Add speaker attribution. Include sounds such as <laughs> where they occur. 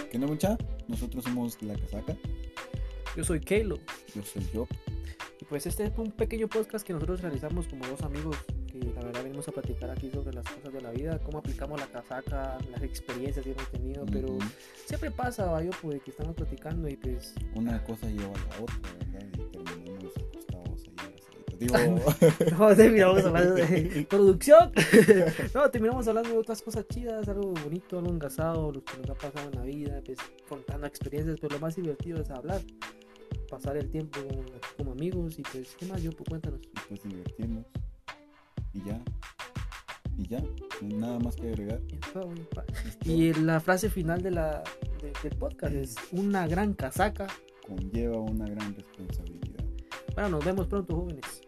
Speaker 1: aquí en la Bulcha, nosotros somos La Casaca.
Speaker 2: Yo soy Keilo.
Speaker 1: Yo soy yo.
Speaker 2: Y pues este es un pequeño podcast que nosotros realizamos como dos amigos que la verdad venimos a platicar aquí sobre las cosas de la vida, cómo aplicamos la casaca, las experiencias que hemos tenido, pero
Speaker 1: Ujú.
Speaker 2: siempre pasa, vaya, pues que estamos platicando y pues <laughs>
Speaker 1: Una cosa lleva a la otra, ¿verdad? Y terminamos acostados ahí abrazaditos. <laughs> Digo,
Speaker 2: No, terminamos hablando de producción. <laughs> No, terminamos hablando de otras cosas chidas, algo bonito, algo engasado, lo que nos ha pasado en la vida, pues, contando experiencias, pero lo más divertido es hablar, pasar el tiempo como amigos y pues, ¿qué más yo? Pues cuéntanos.
Speaker 1: pues divertirnos. Y ya. Y ya. Nada más que agregar.
Speaker 2: Y es todo, güey, pa-
Speaker 1: Es todo.
Speaker 2: Y la frase final de la, de- del podcast es una gran casaca.
Speaker 1: Conlleva una gran responsabilidad.
Speaker 2: Bueno, nos vemos pronto, jóvenes.